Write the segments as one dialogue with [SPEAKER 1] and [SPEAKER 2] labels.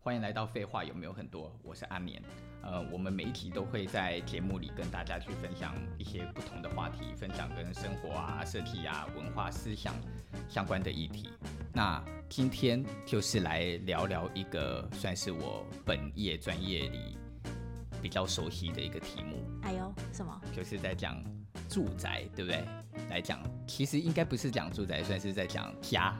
[SPEAKER 1] 欢迎来到废话有没有很多？我是阿眠。呃，我们每一集都会在节目里跟大家去分享一些不同的话题，分享跟生活啊、设计啊、文化思想相关的议题。那今天就是来聊聊一个算是我本业专业里比较熟悉的一个题目，
[SPEAKER 2] 哎呦，什么？
[SPEAKER 1] 就是在讲住宅，对不对？来讲，其实应该不是讲住宅，算是在讲家，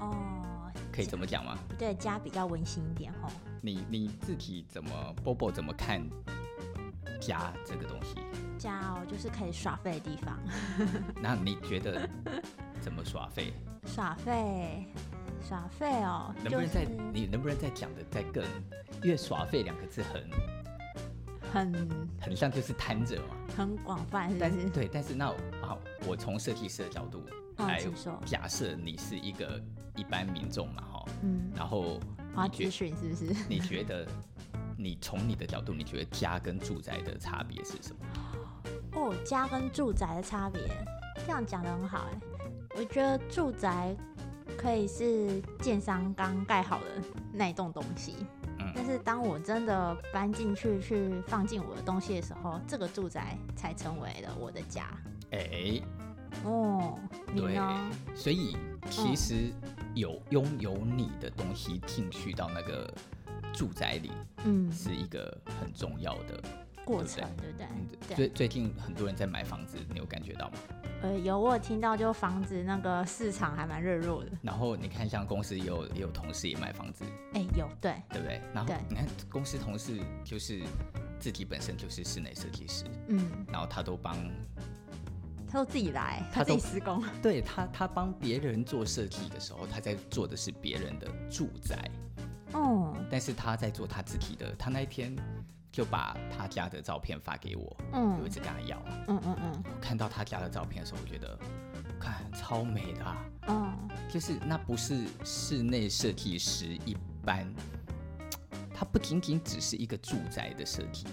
[SPEAKER 2] 哦，
[SPEAKER 1] 可以这么讲吗？
[SPEAKER 2] 对家比较温馨一点哦。
[SPEAKER 1] 你你自己怎么，Bobo 怎么看家这个东西？
[SPEAKER 2] 家哦，就是可以耍废的地方。
[SPEAKER 1] 那你觉得怎么耍废？
[SPEAKER 2] 耍废，耍废哦，
[SPEAKER 1] 能
[SPEAKER 2] 就
[SPEAKER 1] 不能再
[SPEAKER 2] 是
[SPEAKER 1] 你能不能再讲的再更？因为耍废两个字很
[SPEAKER 2] 很
[SPEAKER 1] 很像就是摊着嘛，
[SPEAKER 2] 很广泛，是
[SPEAKER 1] 但
[SPEAKER 2] 不
[SPEAKER 1] 是
[SPEAKER 2] 是？
[SPEAKER 1] 对，但是那好，我从设计师的角度
[SPEAKER 2] 嗯
[SPEAKER 1] 来
[SPEAKER 2] 请说
[SPEAKER 1] 假设你是一个一般民众嘛，哈，
[SPEAKER 2] 嗯，
[SPEAKER 1] 然后
[SPEAKER 2] 我要
[SPEAKER 1] 你
[SPEAKER 2] 咨
[SPEAKER 1] 觉
[SPEAKER 2] 询是不是？
[SPEAKER 1] 你觉得你从你的角度，你觉得家跟住宅的差别是什么？
[SPEAKER 2] 哦，家跟住宅的差别，这样讲的很好哎。我觉得住宅可以是建商刚盖好的那一栋东西，
[SPEAKER 1] 嗯
[SPEAKER 2] 但是当我真的搬进去去放进我的东西的时候，这个住宅才成为了我的家。
[SPEAKER 1] 哎、
[SPEAKER 2] 哦，你
[SPEAKER 1] 对
[SPEAKER 2] 呢？，
[SPEAKER 1] 所以其
[SPEAKER 2] 嗯
[SPEAKER 1] 实有拥有你的东西进去到那个住宅里，
[SPEAKER 2] 嗯，
[SPEAKER 1] 是一个很重要的。
[SPEAKER 2] 过
[SPEAKER 1] 对
[SPEAKER 2] 程
[SPEAKER 1] 不
[SPEAKER 2] 对不对？对，
[SPEAKER 1] 最最近很多人在买房子，你有感觉到吗？
[SPEAKER 2] 呃，有我有听到，就房子那个市场还蛮热络的。
[SPEAKER 1] 然后你看，像公司也有也有同事也买房子，
[SPEAKER 2] 哎，有对，
[SPEAKER 1] 对不对？然后
[SPEAKER 2] 对
[SPEAKER 1] 你看公司同事就是自己本身就是室内设计师，
[SPEAKER 2] 嗯，
[SPEAKER 1] 然后他都帮
[SPEAKER 2] 他都自己来，
[SPEAKER 1] 他
[SPEAKER 2] 他自己
[SPEAKER 1] 都
[SPEAKER 2] 施工。
[SPEAKER 1] 对他他帮别人做设计的时候，他在做的是别人的住宅，
[SPEAKER 2] 哦，
[SPEAKER 1] 但是他在做他自己的，他那一天就把他家的照片发给我，
[SPEAKER 2] 嗯
[SPEAKER 1] 我一直跟他要。啊
[SPEAKER 2] 嗯嗯嗯
[SPEAKER 1] 我看到他家的照片的时候，我觉得，看超美的、啊，
[SPEAKER 2] 嗯，
[SPEAKER 1] 就是那不是室内设计师一般，它不仅仅只是一个住宅的设计，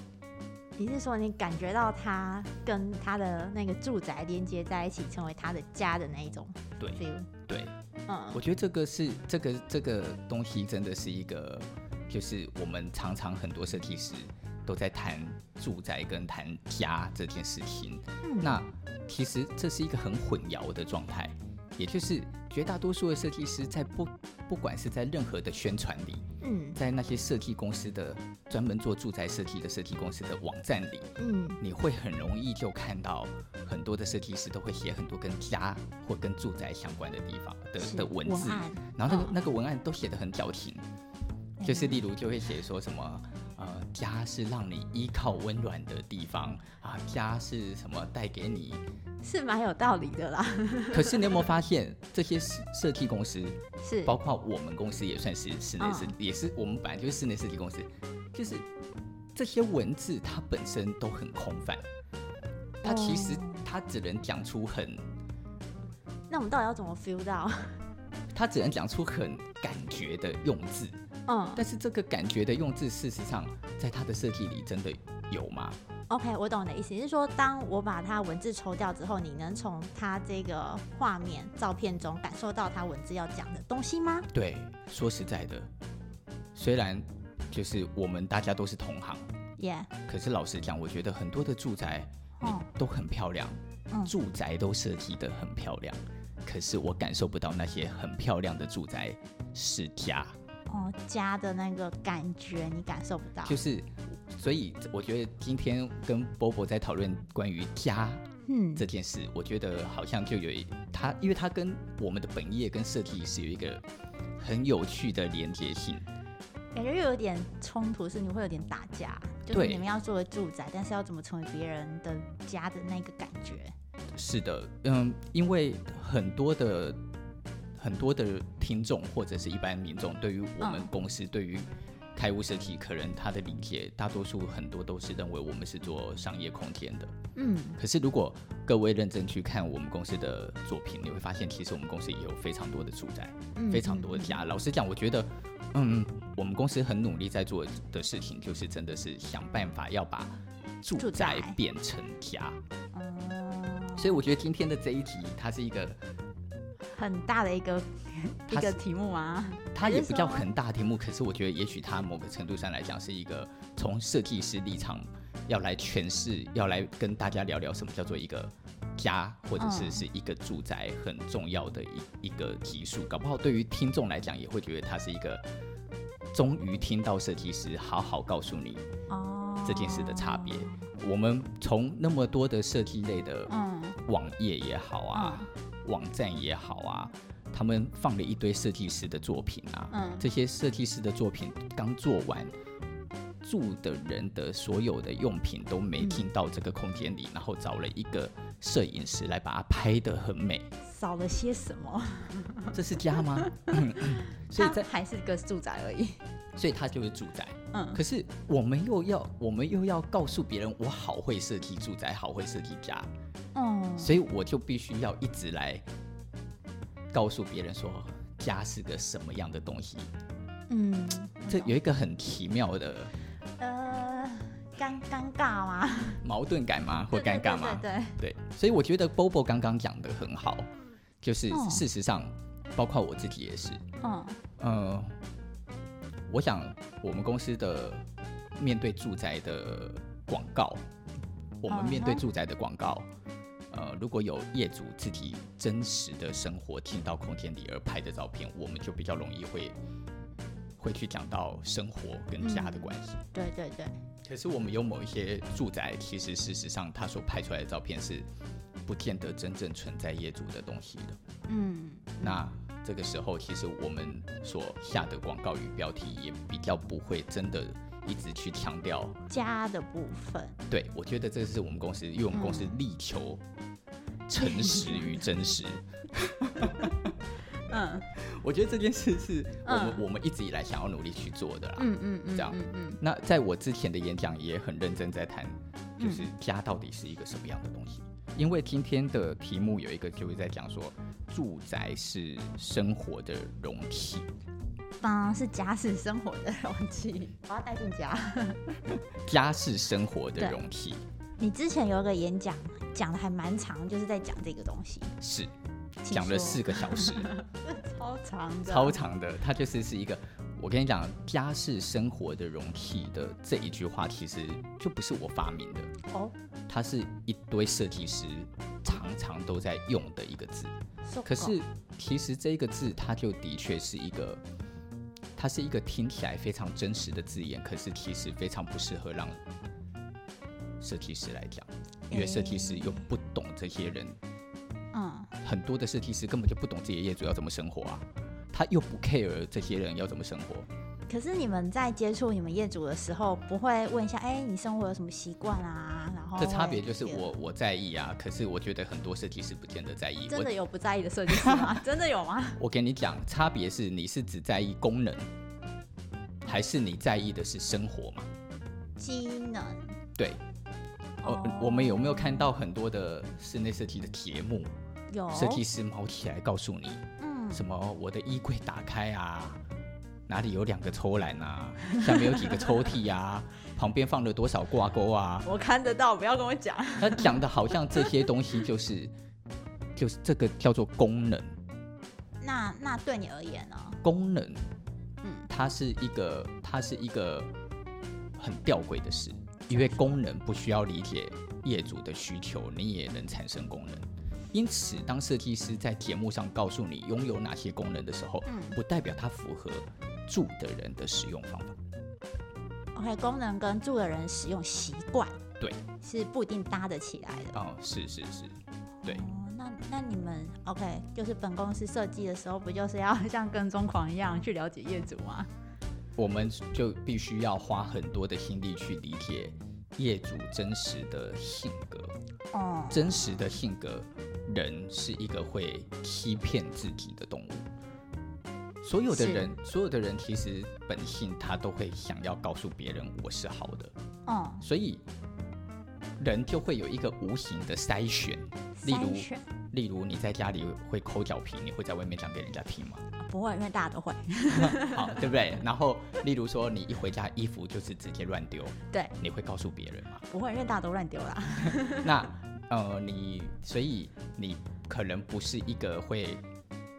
[SPEAKER 2] 你是说你感觉到他跟他的那个住宅连接在一起，成为他的家的那一种
[SPEAKER 1] 对
[SPEAKER 2] feel？
[SPEAKER 1] 对，
[SPEAKER 2] 嗯
[SPEAKER 1] 我觉得这个是这个这个东西真的是一个，就是我们常常很多设计师都在谈住宅跟谈家这件事情。
[SPEAKER 2] 嗯
[SPEAKER 1] 那其实这是一个很混淆的状态，也就是绝大多数的设计师在不不管是在任何的宣传里，
[SPEAKER 2] 嗯
[SPEAKER 1] 在那些设计公司的专门做住宅设计的设计公司的网站里，
[SPEAKER 2] 嗯，
[SPEAKER 1] 你会很容易就看到很多的设计师都会写很多跟家或跟住宅相关的地方的
[SPEAKER 2] 是
[SPEAKER 1] 的文字，
[SPEAKER 2] 文案
[SPEAKER 1] 然后那个、
[SPEAKER 2] 嗯
[SPEAKER 1] 那个文案都写的很矫情，就是例如就会写说什么。呃，家是让你依靠温暖的地方啊，家是什么带给你？
[SPEAKER 2] 是蛮有道理的啦。
[SPEAKER 1] 可是你有没有发现，这些设设计公司
[SPEAKER 2] 是，
[SPEAKER 1] 包括我们公司也算是室内设
[SPEAKER 2] 嗯，
[SPEAKER 1] 也是我们本来就是室内设计公司，就是这些文字它本身都很空泛，它其实
[SPEAKER 2] 哦
[SPEAKER 1] 它只能讲出很，
[SPEAKER 2] 那我们到底要怎么 feel 到？
[SPEAKER 1] 它只能讲出很感觉的用字，
[SPEAKER 2] 嗯
[SPEAKER 1] 但是这个感觉的用字，事实上在它的设计里真的有吗？
[SPEAKER 2] ，OK，我懂你的意思，是说当我把它文字抽掉之后，你能从它这个画面、照片中感受到它文字要讲的东西吗？
[SPEAKER 1] 对，说实在的，虽然就是我们大家都是同行，
[SPEAKER 2] 耶、
[SPEAKER 1] 可是老实讲，我觉得很多的住宅你
[SPEAKER 2] 哦
[SPEAKER 1] 都很漂亮，
[SPEAKER 2] 嗯
[SPEAKER 1] 住宅都设计的很漂亮，可是我感受不到那些很漂亮的住宅是家，
[SPEAKER 2] 哦，家的那个感觉你感受不到，
[SPEAKER 1] 就是所以我觉得今天跟波波在讨论关于家
[SPEAKER 2] 嗯，
[SPEAKER 1] 这件事，我觉得好像就有一它，因为它跟我们的本业跟设计是有一个很有趣的连接性。
[SPEAKER 2] 感觉又有点冲突，是你会有点打架，就是
[SPEAKER 1] 对
[SPEAKER 2] 你们要作为住宅，但是要怎么成为别人的家的那个感觉？
[SPEAKER 1] 是的，嗯，因为很多的很多的听众或者是一般民众，对于我们
[SPEAKER 2] 嗯
[SPEAKER 1] 公司、对于开屋设计，可能他的理解大多数很多都是认为我们是做商业空间的。
[SPEAKER 2] 嗯，
[SPEAKER 1] 可是如果各位认真去看我们公司的作品，你会发现其实我们公司也有非常多的住宅，
[SPEAKER 2] 嗯
[SPEAKER 1] 非常多的家。老实讲，我觉得，嗯，我们公司很努力在做的事情，就是真的是想办法要把住
[SPEAKER 2] 住宅
[SPEAKER 1] 宅变成家。
[SPEAKER 2] 嗯，
[SPEAKER 1] 所以我觉得今天的这一集，它是一个
[SPEAKER 2] 哦很大的一个一
[SPEAKER 1] 它
[SPEAKER 2] 个
[SPEAKER 1] 是
[SPEAKER 2] 题目啊。
[SPEAKER 1] 它也
[SPEAKER 2] 还是
[SPEAKER 1] 不叫
[SPEAKER 2] 说
[SPEAKER 1] 很大的题目，可是我觉得也许它某个程度上来讲是一个从设计师立场要来诠释，要来跟大家聊聊什么叫做一个家或者是
[SPEAKER 2] 嗯
[SPEAKER 1] 是一个住宅很重要的一一个集数，搞不好对于听众来讲也会觉得它是一个终于听到设计师好好告诉你
[SPEAKER 2] 哦，
[SPEAKER 1] 这件事的差别。我们从那么多的设计类的
[SPEAKER 2] 嗯，
[SPEAKER 1] 网页也好啊，网站也好啊，他们放了一堆设计师的作品啊，
[SPEAKER 2] 嗯
[SPEAKER 1] 这些设计师的作品刚做完。住的人的所有的用品都没进到这个空间里，然后找了一个摄影师来把它拍得很美，
[SPEAKER 2] 少了些什么？嗯
[SPEAKER 1] 这是家 吗？所以
[SPEAKER 2] 它
[SPEAKER 1] 在，
[SPEAKER 2] 还是个住宅而已。
[SPEAKER 1] 所以它就是住宅。
[SPEAKER 2] 嗯
[SPEAKER 1] 可是我们又要，我们又要告诉别人，我好会设计住宅，好会设计家，
[SPEAKER 2] 嗯，
[SPEAKER 1] 所以我就必须要一直来告诉别人说，家是个什么样的东西。
[SPEAKER 2] 嗯，
[SPEAKER 1] 这有一个很奇妙的
[SPEAKER 2] 呃，尴尴尬吗？
[SPEAKER 1] 矛盾感吗？或尴尬吗？
[SPEAKER 2] 对对对对
[SPEAKER 1] 对，所以我觉得 Bobo 刚刚讲的很好，就是
[SPEAKER 2] 哦
[SPEAKER 1] 事实上，包括我自己也是，
[SPEAKER 2] 对，嗯
[SPEAKER 1] 呃，我想我们公司的面对住宅的广告，我们面对
[SPEAKER 2] 嗯哼
[SPEAKER 1] 住宅的广告，
[SPEAKER 2] 啊
[SPEAKER 1] 呃，如果有业主自己真实的生活进到空间里而拍的照片，我们就比较容易会会去讲到生活跟家的关系。
[SPEAKER 2] 对对对，
[SPEAKER 1] 可是我们有某一些住宅，其实事实上他所拍出来的照片是不见得真正存在业主的东西的。
[SPEAKER 2] 嗯
[SPEAKER 1] 那这个时候，其实我们所下的广告与标题也比较不会真的一直去强调。
[SPEAKER 2] 家的部分，
[SPEAKER 1] 对我觉得这是我们公司，因为我们公司力求诚实与真实。
[SPEAKER 2] 嗯
[SPEAKER 1] 我觉得这件事是我们、
[SPEAKER 2] 嗯
[SPEAKER 1] 我们一直以来想要努力去做的啦。
[SPEAKER 2] 嗯嗯嗯，
[SPEAKER 1] 这样
[SPEAKER 2] 嗯嗯
[SPEAKER 1] 那在我之前的演讲也很认真在谈，
[SPEAKER 2] 嗯
[SPEAKER 1] 就是家到底是一个什么样的东西。因为今天的题目有一个就是在讲说，住宅是生活的容器。
[SPEAKER 2] 当然是家是生活的 容器，我要带进家。
[SPEAKER 1] 家是生活的
[SPEAKER 2] 对
[SPEAKER 1] 容器，
[SPEAKER 2] 你之前有一个演讲，讲的还蛮长，就是在讲这个东西，
[SPEAKER 1] 是
[SPEAKER 2] 请
[SPEAKER 1] 讲了
[SPEAKER 2] 说
[SPEAKER 1] 四个小 时，
[SPEAKER 2] 超长的，
[SPEAKER 1] 超长的。它就是是一个，我跟你讲，家是生活的容器的这一句话，其实就不是我发明的，
[SPEAKER 2] 哦，
[SPEAKER 1] 它是一堆设计师常常都在用的一个字。
[SPEAKER 2] 受
[SPEAKER 1] 可
[SPEAKER 2] 够
[SPEAKER 1] 是其实这个字，它就的确是一个，它是一个听起来非常真实的字眼，可是其实非常不适合让设计师来讲，因为设计师又不懂这些人
[SPEAKER 2] 嗯
[SPEAKER 1] 很多的设计师根本就不懂自己的业主要怎么生活啊，他又不 care 这些人要怎么生活。啊
[SPEAKER 2] 可是你们在接触你们业主的时候，不会问一下，哎、你生活有什么习惯啊？然后
[SPEAKER 1] 这差别就是
[SPEAKER 2] 会
[SPEAKER 1] 我我在意啊，可是我觉得很多设计师不见得在意。
[SPEAKER 2] 真的
[SPEAKER 1] 我
[SPEAKER 2] 有不在意的设计师 吗？真的有吗？
[SPEAKER 1] 我跟你讲，差别是你是只在意功能，还是你在意的是生活嘛？
[SPEAKER 2] 机能
[SPEAKER 1] 对。哦，我们有没有看到很多的室内设计的节目？
[SPEAKER 2] 有
[SPEAKER 1] 设计师毛起来告诉你
[SPEAKER 2] 哦嗯
[SPEAKER 1] 什么？我的衣柜打开啊，哪里有两个抽篮啊？ 下面有几个抽屉啊？旁边放了多少挂钩啊？
[SPEAKER 2] 我看得到，不要跟我讲。
[SPEAKER 1] 他讲的好像这些东西就是，就是这个叫做功能，
[SPEAKER 2] 那那对你而言呢？
[SPEAKER 1] 功能，
[SPEAKER 2] 嗯
[SPEAKER 1] 它是一个，它是一个很吊诡的事，因为功能不需要理解业主的需求，你也能产生功能。因此，当设计师在节目上告诉你拥有哪些功能的时候，
[SPEAKER 2] 嗯
[SPEAKER 1] 不代表它符合住的人的使用方法。
[SPEAKER 2] ，OK，功能跟住的人使用习惯
[SPEAKER 1] 对，
[SPEAKER 2] 是不一定搭得起来的。
[SPEAKER 1] 哦，是是是，对
[SPEAKER 2] 哦，那那你们 OK，就是本公司设计的时候，不就是要像跟踪狂一样去了解业主吗？
[SPEAKER 1] 我们就必须要花很多的心力去理解业主真实的性格。
[SPEAKER 2] 哦，
[SPEAKER 1] 真实的性格，人是一个会欺骗自己的动物。所有的
[SPEAKER 2] 是
[SPEAKER 1] 人，所有的人其实本性他都会想要告诉别人我是好的，
[SPEAKER 2] 嗯，
[SPEAKER 1] 所以人就会有一个无形的筛选。例如
[SPEAKER 2] 筛选，
[SPEAKER 1] 例如你在家里会抠脚皮，你会在外面讲给人家听吗？
[SPEAKER 2] 不会，因为大家都会。
[SPEAKER 1] 好，对不对？然后，例如说你一回家衣服就是直接乱丢，
[SPEAKER 2] 对，
[SPEAKER 1] 你会告诉别人吗？
[SPEAKER 2] 不会，因为大家都乱丢啦。
[SPEAKER 1] 那呃，你所以你可能不是一个会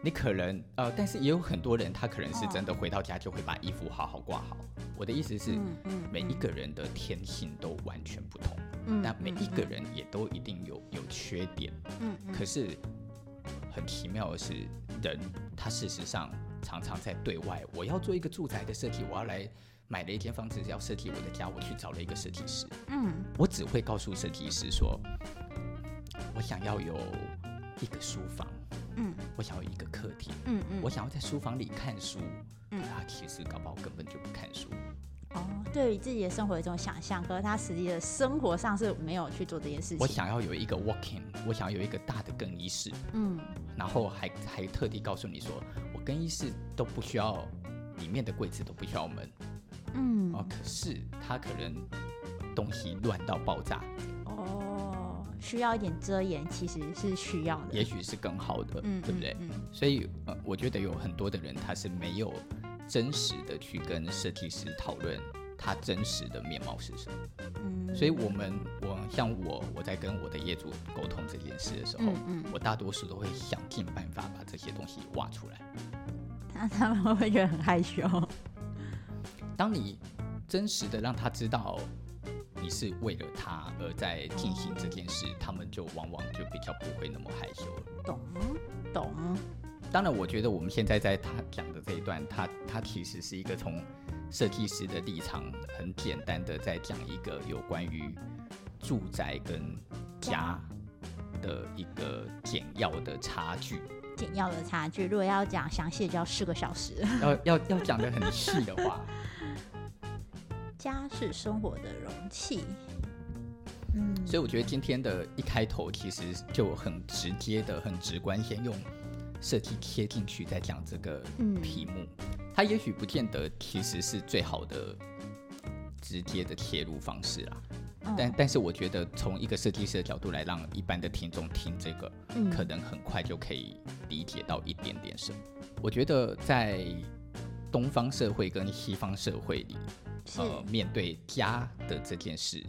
[SPEAKER 1] 你可能呃，但是也有很多人他可能
[SPEAKER 2] 哦
[SPEAKER 1] 是真的回到家就会把衣服好好挂好。我的意思是，
[SPEAKER 2] 嗯嗯
[SPEAKER 1] 每一个人的天性都完全不同，
[SPEAKER 2] 嗯
[SPEAKER 1] 那每一个
[SPEAKER 2] 嗯
[SPEAKER 1] 人也都一定有有缺点。
[SPEAKER 2] 嗯嗯
[SPEAKER 1] 可是很奇妙的是，人他事实上常常在对外，我要做一个住宅的设计，我要来买了一间房子要设计我的家，我去找了一个设计师，
[SPEAKER 2] 嗯
[SPEAKER 1] 我只会告诉设计师说，我想要有一个书房，
[SPEAKER 2] 嗯
[SPEAKER 1] 我想要一个客厅，
[SPEAKER 2] 嗯嗯，
[SPEAKER 1] 我想要在书房里看书。
[SPEAKER 2] 嗯
[SPEAKER 1] 他其实搞不好根本就不看书，
[SPEAKER 2] 哦，对于自己的生活有一种想象，可是他实际的生活上是没有去做这件事情。
[SPEAKER 1] 我，想要有一个 walk-in，我想要有一个大的更衣室，
[SPEAKER 2] 嗯
[SPEAKER 1] 然后还还特地告诉你说，我更衣室都不需要，里面的柜子都不需要门
[SPEAKER 2] 嗯
[SPEAKER 1] 哦。可是他可能东西乱到爆炸，
[SPEAKER 2] 哦，需要一点遮掩，其实是需要的。
[SPEAKER 1] 也许是更好的，
[SPEAKER 2] 嗯，
[SPEAKER 1] 对不对？
[SPEAKER 2] 嗯嗯
[SPEAKER 1] 所以、呃、我觉得有很多的人他是没有真实的去跟设计师讨论他真实的面貌是什么。
[SPEAKER 2] 嗯
[SPEAKER 1] 所以我们我像我我在跟我的业主沟通这件事的时候，
[SPEAKER 2] 嗯
[SPEAKER 1] 我大多数都会想尽办法把这些东西挖出来。
[SPEAKER 2] 那 他们会不会觉得很害羞？
[SPEAKER 1] 当你真实的让他知道你是为了他而在进行这件事，他们就往往就比较不会那么害羞了。
[SPEAKER 2] 懂懂，
[SPEAKER 1] 当然，我觉得我们现在在他讲的这一段，他他其实是一个从设计师的立场，很简单的在讲一个有关于住宅跟家的一个简要的差距。
[SPEAKER 2] 简要的差距，如果要讲详细，就要四个小时。
[SPEAKER 1] 要要要讲的很细的话，
[SPEAKER 2] 家是生活的容器。嗯，
[SPEAKER 1] 所以我觉得今天的一开头其实就很直接的、很直观，先用设计贴进去，再讲这个
[SPEAKER 2] 嗯
[SPEAKER 1] 题目。它也许不见得其实是最好的直接的切入方式啦，
[SPEAKER 2] 嗯
[SPEAKER 1] 但但是我觉得从一个设计师的角度来让一般的听众听这个，
[SPEAKER 2] 嗯
[SPEAKER 1] 可能很快就可以理解到一点点什么。我觉得在东方社会跟西方社会里，
[SPEAKER 2] 是
[SPEAKER 1] 呃，面对家的这件事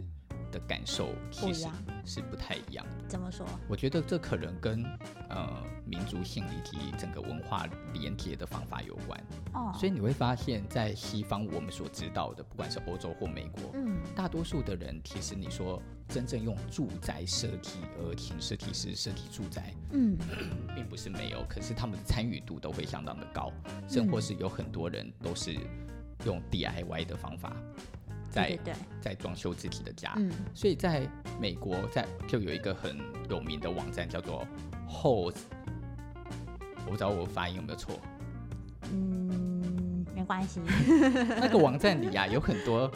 [SPEAKER 1] 的感受，
[SPEAKER 2] 不
[SPEAKER 1] 其
[SPEAKER 2] 一
[SPEAKER 1] 实
[SPEAKER 2] 样
[SPEAKER 1] 是不太一样的。
[SPEAKER 2] 怎么说？
[SPEAKER 1] 我觉得这可能跟呃民族性以及整个文化连接的方法有关。
[SPEAKER 2] 哦，
[SPEAKER 1] 所以你会发现在西方，我们所知道的，不管是欧洲或美国，
[SPEAKER 2] 嗯
[SPEAKER 1] 大多数的人其实你说真正用住宅设计，而请设计师设计住宅，
[SPEAKER 2] 嗯
[SPEAKER 1] 并不是没有，可是他们的参与度都会相当的高，
[SPEAKER 2] 嗯
[SPEAKER 1] 甚或是有很多人都是用 DIY 的方法在
[SPEAKER 2] 对对对
[SPEAKER 1] 在装修自己的家。
[SPEAKER 2] 嗯
[SPEAKER 1] 所以在美国，在就有一个很有名的网站叫做 House，我不知道我发音有没有错。
[SPEAKER 2] 嗯，没关 系。
[SPEAKER 1] 那个网站里啊，有很多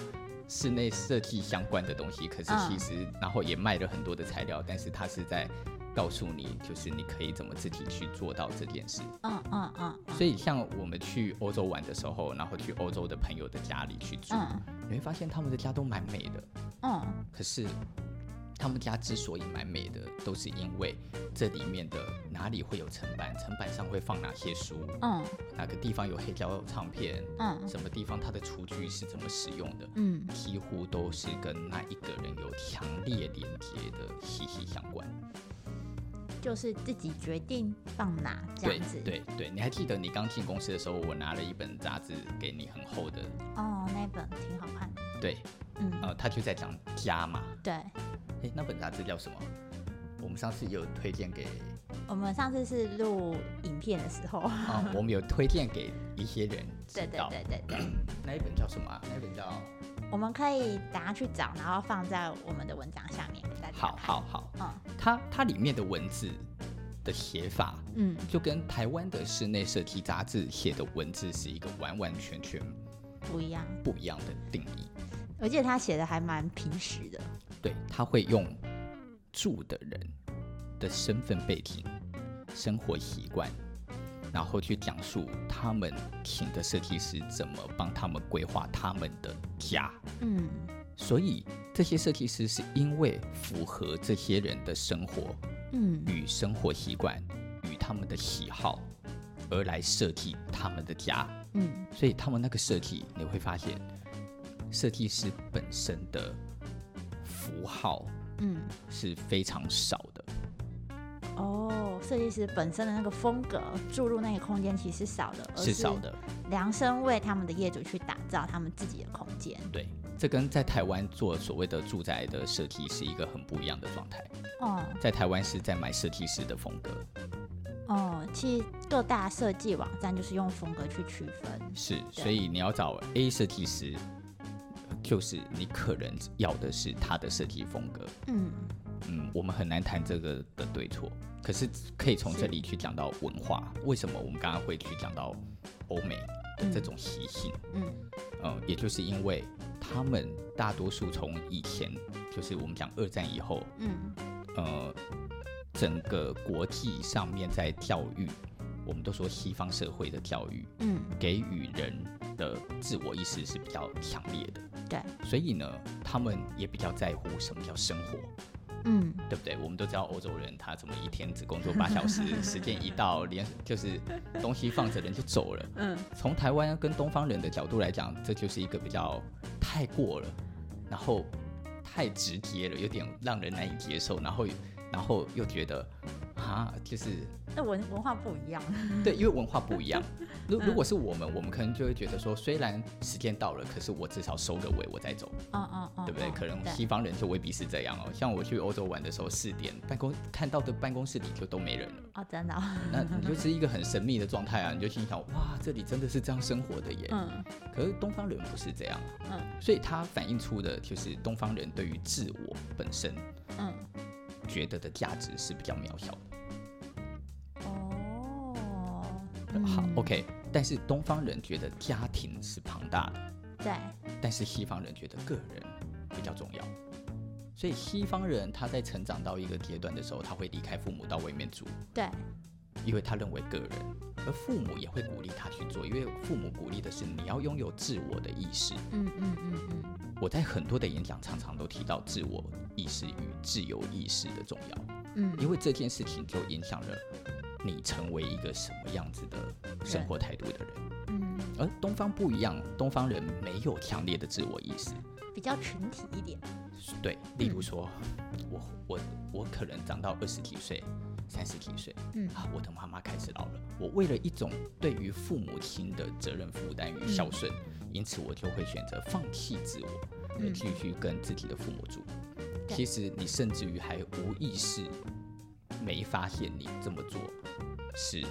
[SPEAKER 1] 室内设计相关的东西，可是
[SPEAKER 2] 嗯
[SPEAKER 1] 其实、然后也卖了很多的材料，但是它是在告诉你，就是你可以怎么自己去做到这件事。
[SPEAKER 2] 嗯嗯嗯
[SPEAKER 1] 所以像我们去欧洲玩的时候，然后去欧洲的朋友的家里去住，
[SPEAKER 2] 嗯
[SPEAKER 1] 你会发现他们的家都蛮美的，
[SPEAKER 2] 嗯，
[SPEAKER 1] 可是。他们家之所以蛮美的，都是因为这里面的哪里会有层板，层板上会放哪些书，
[SPEAKER 2] 嗯
[SPEAKER 1] 哪个地方有黑胶唱片，
[SPEAKER 2] 嗯
[SPEAKER 1] 什么地方它的厨具是怎么使用的，
[SPEAKER 2] 嗯，
[SPEAKER 1] 几乎都是跟那一个人有强烈连接的息息相关。
[SPEAKER 2] 就是自己决定放哪这
[SPEAKER 1] 对
[SPEAKER 2] 样子。
[SPEAKER 1] 对对，你还记得你刚进公司的时候，我拿了一本杂志给你，很厚的，
[SPEAKER 2] 哦，那本挺好看的。
[SPEAKER 1] 对，
[SPEAKER 2] 嗯，
[SPEAKER 1] 呃，他就在讲家嘛。
[SPEAKER 2] 对，
[SPEAKER 1] 诶，那本杂志叫什么？我们上次有推荐 给
[SPEAKER 2] 我们上次是录影片的时候。
[SPEAKER 1] 啊、我们有推荐给一些人知
[SPEAKER 2] 对对
[SPEAKER 1] 道。
[SPEAKER 2] 对对对，
[SPEAKER 1] 那一本叫什么、啊？那一本叫……
[SPEAKER 2] 我们可以等下去找，然后放在我们的文章下面给大家。
[SPEAKER 1] 好，好好，
[SPEAKER 2] 嗯
[SPEAKER 1] 它它里面的文字的写法，
[SPEAKER 2] 嗯
[SPEAKER 1] 就跟台湾的室内设计杂志写的文字是一个完完全全
[SPEAKER 2] 不一样。
[SPEAKER 1] 不一样的定义。
[SPEAKER 2] 我记得他写的还蛮平实的。
[SPEAKER 1] 对，他会用住的人的身份背景、生活习惯，然后去讲述他们请的设计师怎么帮他们规划他们的家。
[SPEAKER 2] 嗯
[SPEAKER 1] 所以这些设计师是因为符合这些人的生活
[SPEAKER 2] 嗯
[SPEAKER 1] 与生活习惯与他们的喜好，而来设计他们的家。
[SPEAKER 2] 嗯
[SPEAKER 1] 所以他们那个设计，你会发现，设计师本身的符号
[SPEAKER 2] 嗯，
[SPEAKER 1] 是非常少的。
[SPEAKER 2] 哦，设计师本身的那个风格注入那个空间其实是少的，而
[SPEAKER 1] 是少，的。
[SPEAKER 2] 量身为他们的业主去打造他们自己的空间。
[SPEAKER 1] 对，这跟在台湾做所谓的住宅的设计是一个很不一样的状态。
[SPEAKER 2] 哦
[SPEAKER 1] 在台湾是在买设计师的风格，
[SPEAKER 2] 哦，其实各大设计网站就是用风格去区分。
[SPEAKER 1] 是，
[SPEAKER 2] 对
[SPEAKER 1] 所以你要找 A 设计师，就是你可能要的是他的设计风格。
[SPEAKER 2] 嗯，
[SPEAKER 1] 嗯，我们很难谈这个的对错，可是可以从
[SPEAKER 2] 是
[SPEAKER 1] 这里去讲到文化，为什么我们刚刚会去讲到欧美的这种习性？
[SPEAKER 2] 嗯
[SPEAKER 1] 呃，也就是因为他们大多数从以前，就是我们讲二战以后，
[SPEAKER 2] 嗯
[SPEAKER 1] 呃，整个国际上面在教育，我们都说西方社会的教育
[SPEAKER 2] 嗯，
[SPEAKER 1] 给予人的自我意识是比较强烈的，
[SPEAKER 2] 嗯对，
[SPEAKER 1] 所以呢，他们也比较在乎什么叫生活，
[SPEAKER 2] 嗯
[SPEAKER 1] 对不对？我们都知道欧洲人他怎么一天只工作八小时，时间一到连就是东西放着人就走了。
[SPEAKER 2] 嗯，
[SPEAKER 1] 从台湾跟东方人的角度来讲，这就是一个比较太过了，然后太直接了，有点让人难以接受，然后然后又觉得啊，就是
[SPEAKER 2] 那文文化不一样。
[SPEAKER 1] 对，因为文化不一样。如如果是我们，我们可能就会觉得说，虽然时间到了，可是我至少收个尾，我再走。
[SPEAKER 2] 嗯嗯嗯，
[SPEAKER 1] 对不对？可能
[SPEAKER 2] 对
[SPEAKER 1] 西方人就未必是这样哦。像我去欧洲玩的时候，四点办公看到的办公室里就都没人了，
[SPEAKER 2] 哦，真的哦、
[SPEAKER 1] 那你就是一个很神秘的状态啊。你就心想，哇，这里真的是这样生活的耶。
[SPEAKER 2] 嗯
[SPEAKER 1] 可是东方人不是这样，啊
[SPEAKER 2] 嗯
[SPEAKER 1] 所以它反映出的就是东方人对于自我本身
[SPEAKER 2] 嗯，
[SPEAKER 1] 觉得的价值是比较渺小的。
[SPEAKER 2] 嗯哦，
[SPEAKER 1] 好
[SPEAKER 2] 嗯
[SPEAKER 1] ，OK。但是东方人觉得家庭是庞大的，
[SPEAKER 2] 对，
[SPEAKER 1] 但是西方人觉得个人比较重要，所以西方人他在成长到一个阶段的时候，他会离开父母到外面住，
[SPEAKER 2] 对，
[SPEAKER 1] 因为他认为个人，而父母也会鼓励他去做，因为父母鼓励的是你要拥有自我的意识。
[SPEAKER 2] 嗯嗯嗯嗯，
[SPEAKER 1] 我在很多的演讲常常都提到自我意识与自由意识的重要，
[SPEAKER 2] 嗯
[SPEAKER 1] 因为这件事情就影响了你成为一个什么样子的生活态度的人。
[SPEAKER 2] 嗯，
[SPEAKER 1] 而东方不一样，东方人没有强烈的自我意识，
[SPEAKER 2] 比较群体一点。
[SPEAKER 1] 对，例
[SPEAKER 2] 嗯
[SPEAKER 1] 如说，我我我可能长到二十几岁、三十几岁，
[SPEAKER 2] 嗯
[SPEAKER 1] 啊，我的妈妈开始老了，我为了一种对于父母亲的责任负担与
[SPEAKER 2] 嗯
[SPEAKER 1] 孝顺，因此我就会选择放弃自我，而
[SPEAKER 2] 嗯
[SPEAKER 1] 继续跟自己的父母住。
[SPEAKER 2] 对
[SPEAKER 1] 其实你甚至于还无意识，没发现你这么做是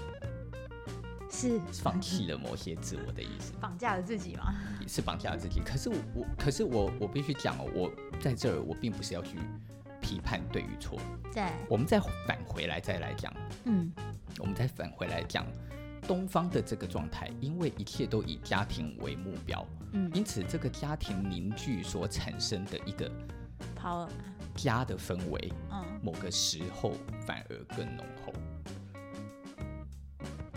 [SPEAKER 2] 是
[SPEAKER 1] 放弃了某些自我的意 识。
[SPEAKER 2] 绑架了自己吗？
[SPEAKER 1] 是绑架了自己。可是我，我可是我，我必须讲哦，我在这儿，我并不是要去批判对与错，
[SPEAKER 2] 对，
[SPEAKER 1] 我们再返回来再来讲，
[SPEAKER 2] 嗯
[SPEAKER 1] 我们再返回来讲东方的这个状态，因为一切都以家庭为目标，
[SPEAKER 2] 嗯
[SPEAKER 1] 因此这个家庭凝聚所产生的一个
[SPEAKER 2] ，power，
[SPEAKER 1] 家的氛围，
[SPEAKER 2] 嗯
[SPEAKER 1] 某个时候反而更浓厚。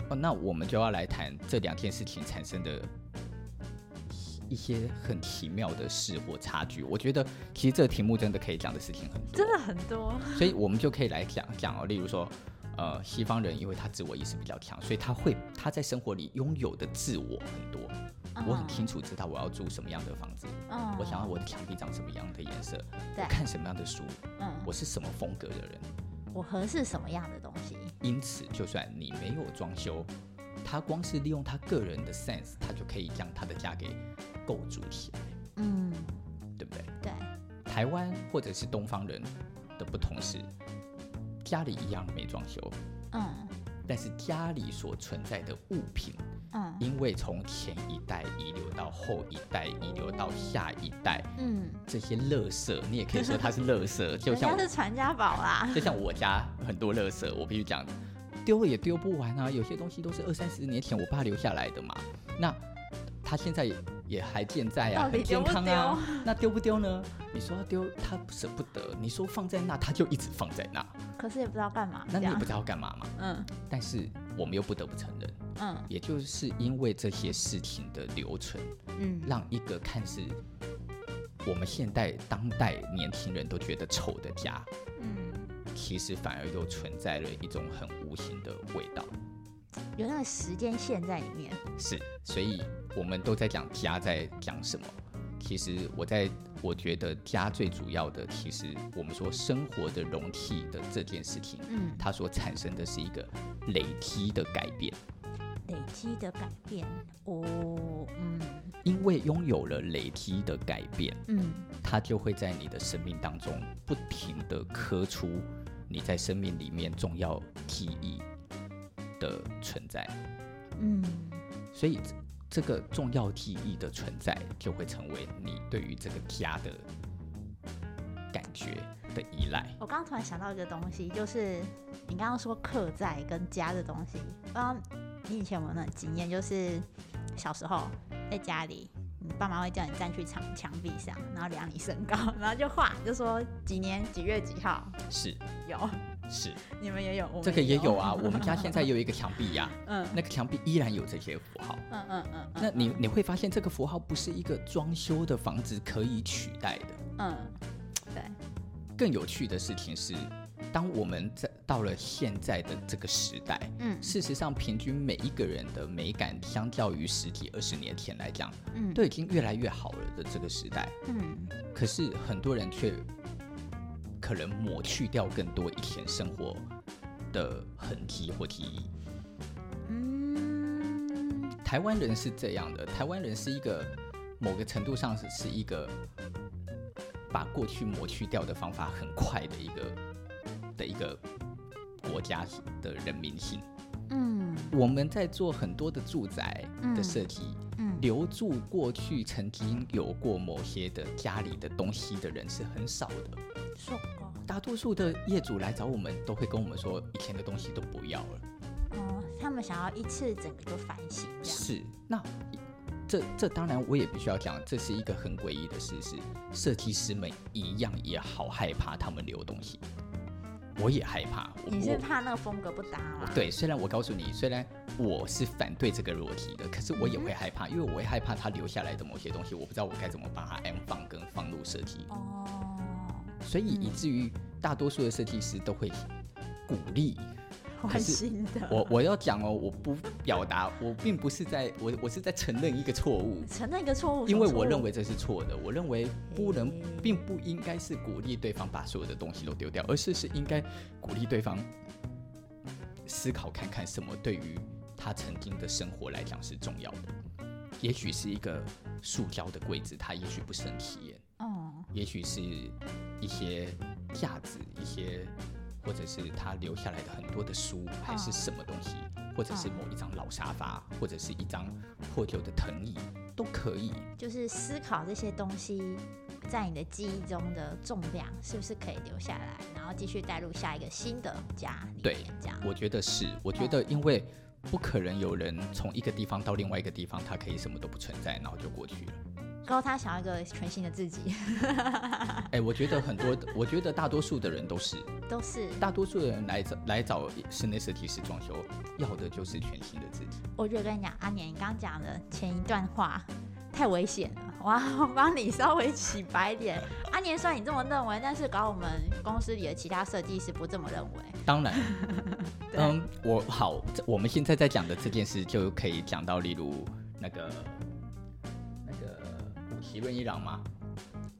[SPEAKER 1] 哦，那我们就要来谈这两件事情产生的一些很奇妙的事或差距。我觉得其实这个题目真的可以讲的事情很多，
[SPEAKER 2] 真的很多。
[SPEAKER 1] 所以我们就可以来讲讲哦，例如说。呃，西方人因为他自我意识比较强，所以他会他在生活里拥有的自我很多。我很清楚知道我要住什么样的房子，
[SPEAKER 2] 嗯，
[SPEAKER 1] 我想要我的墙壁长什么样的颜色，我
[SPEAKER 2] 对
[SPEAKER 1] 看什么样的书，
[SPEAKER 2] 嗯，
[SPEAKER 1] 我是什么风格的人。
[SPEAKER 2] 我合适什么样的东西？
[SPEAKER 1] 因此，就算你没有装修，他光是利用他个人的 sense，他就可以将他的家给构筑起来，
[SPEAKER 2] 嗯，
[SPEAKER 1] 对不对？
[SPEAKER 2] 对，
[SPEAKER 1] 台湾或者是东方人的不同是，家里一样没装修，
[SPEAKER 2] 嗯
[SPEAKER 1] 但是家里所存在的物品，
[SPEAKER 2] 嗯
[SPEAKER 1] 因为从前一代遗留到后一代，遗留到下一代，
[SPEAKER 2] 嗯，
[SPEAKER 1] 这些垃圾，你也可以说它是垃圾，就
[SPEAKER 2] 人
[SPEAKER 1] 像
[SPEAKER 2] 家
[SPEAKER 1] 我
[SPEAKER 2] 是传家宝啦。
[SPEAKER 1] 就像我家很多垃圾，我必须讲，丢了也丢不完啊。有些东西都是二三十年前我爸留下来的嘛，那他现在也还健在啊，
[SPEAKER 2] 到底
[SPEAKER 1] 很健康
[SPEAKER 2] 丢
[SPEAKER 1] 啊。那丢不丢呢？你说要丢，他舍不得；你说放在那，他就一直放在那。
[SPEAKER 2] 可是也不知道干嘛
[SPEAKER 1] 那
[SPEAKER 2] 这
[SPEAKER 1] 你也
[SPEAKER 2] 样
[SPEAKER 1] 不。知道干嘛嘛。
[SPEAKER 2] 嗯
[SPEAKER 1] 但是我们又不得不承认，
[SPEAKER 2] 嗯
[SPEAKER 1] 也就是因为这些事情的留存，
[SPEAKER 2] 嗯，
[SPEAKER 1] 让一个看似我们现代当代年轻人都觉得丑的家，
[SPEAKER 2] 嗯，
[SPEAKER 1] 其实反而又存在了一种很无形的味道。
[SPEAKER 2] 有那个时间线在里面。
[SPEAKER 1] 是，所以我们都在讲家在讲什么，其实我在我觉得家最主要的，其实我们说生活的容器的这件事情，
[SPEAKER 2] 嗯，
[SPEAKER 1] 它所产生的是一个累积的改变。
[SPEAKER 2] 累积的改变，哦，嗯
[SPEAKER 1] 因为拥有了累积的改变，
[SPEAKER 2] 嗯，
[SPEAKER 1] 它就会在你的生命当中不停的刻出你在生命里面重要记忆的存在。
[SPEAKER 2] 嗯，
[SPEAKER 1] 所以这这个重要记忆的存在，就会成为你对于这个家的感觉的依赖。
[SPEAKER 2] 我刚刚突然想到一个东西，就是你刚刚说客在跟家的东西，不知道你以前有没有那种经验，就是小时候在家里，你爸妈会叫你站去墙墙壁上，然后量你身高， 然后就画，就说几年几月几号，
[SPEAKER 1] 是
[SPEAKER 2] 有，
[SPEAKER 1] 是，
[SPEAKER 2] 你们也有，我们
[SPEAKER 1] 这个也有啊。我们家现在也有一个墙壁呀、
[SPEAKER 2] 嗯
[SPEAKER 1] 那个墙壁依然有这些符号。
[SPEAKER 2] 嗯嗯嗯，
[SPEAKER 1] 那你你会发现，这个符号不是一个装修的房子可以取代的。
[SPEAKER 2] 嗯，对，
[SPEAKER 1] 更有趣的事情是，当我们在到了现在的这个时代，
[SPEAKER 2] 嗯
[SPEAKER 1] 事实上，平均每一个人的美感，相较于十几二十年前来讲，
[SPEAKER 2] 嗯
[SPEAKER 1] 都已经越来越好了的这个时代，
[SPEAKER 2] 嗯
[SPEAKER 1] 可是很多人却可能抹去掉更多以前生活的痕迹或记忆。
[SPEAKER 2] 嗯
[SPEAKER 1] 台湾人是这样的，台湾人是一个某个程度上是是一个把过去抹去掉的方法很快的一个的一个国家的人民性。
[SPEAKER 2] 嗯
[SPEAKER 1] 我们在做很多的住宅的设计，
[SPEAKER 2] 嗯
[SPEAKER 1] 留住过去曾经有过某些的家里的东西的人是很少的。
[SPEAKER 2] 说过
[SPEAKER 1] 大多数的业主来找我们，都会跟我们说，以前的东西都不要了。
[SPEAKER 2] 哦，他们想要一次整个就反省这样，
[SPEAKER 1] 是，那这这当然我也必须要讲，这是一个很诡异的事实。设计师们一样也好害怕他们留东西，我也害怕。我
[SPEAKER 2] 你是
[SPEAKER 1] 我
[SPEAKER 2] 怕那个风格不搭啦？
[SPEAKER 1] 对，虽然我告诉你，虽然我是反对这个逻辑的，可是我也会
[SPEAKER 2] 嗯
[SPEAKER 1] 害怕，因为我会害怕他留下来的某些东西，我不知道我该怎么把它安放跟放入设计，
[SPEAKER 2] 哦，
[SPEAKER 1] 所以以至于大多数的设计师都会鼓励
[SPEAKER 2] 换
[SPEAKER 1] 可是
[SPEAKER 2] 新的，
[SPEAKER 1] 我，我要讲哦，我不表达，我并不是在我我是在承认一个错误，
[SPEAKER 2] 承认一个错误，
[SPEAKER 1] 因为
[SPEAKER 2] 什么错
[SPEAKER 1] 我
[SPEAKER 2] 误
[SPEAKER 1] 认为这是错的，我认为不能
[SPEAKER 2] 嘿，
[SPEAKER 1] 并不应该是鼓励对方把所有的东西都丢掉，而是是应该鼓励对方思考看看什么对于他曾经的生活来讲是重要的。也许是一个塑胶的柜子，它也许不是很起眼；
[SPEAKER 2] 哦，
[SPEAKER 1] 也许是一些架子，一些或者是他留下来的很多的书，还是什么东西，或者是
[SPEAKER 2] 嗯
[SPEAKER 1] 某一张老沙发，或者是一张破旧的藤椅，都可以。
[SPEAKER 2] 就是思考这些东西在你的记忆中的重量是不是可以留下来，然后继续带入下一个新的家里
[SPEAKER 1] 对
[SPEAKER 2] 面这样。嗯
[SPEAKER 1] 我觉得是，我觉得因为不可能有人从一个地方到另外一个地方，他可以什么都不存在，然后就过去了。
[SPEAKER 2] 高他想要一个全新的自己， 啊
[SPEAKER 1] 哎，我觉得很多，我觉得大多数的人都是，
[SPEAKER 2] 都是
[SPEAKER 1] 大多数的人来找来找室内设计师装修，要的就是全新的自己。
[SPEAKER 2] 我觉得跟你讲，阿年，你刚刚讲的前一段话太危险了，我要帮你稍微洗白一点。阿年，虽然你这么认为，但是搞我们公司里的其他设计师不这么认为。
[SPEAKER 1] 当然，
[SPEAKER 2] 对
[SPEAKER 1] 嗯，我好，这我们现在在讲的这件事就可以讲到，例如那个那个武崎润一郎吗？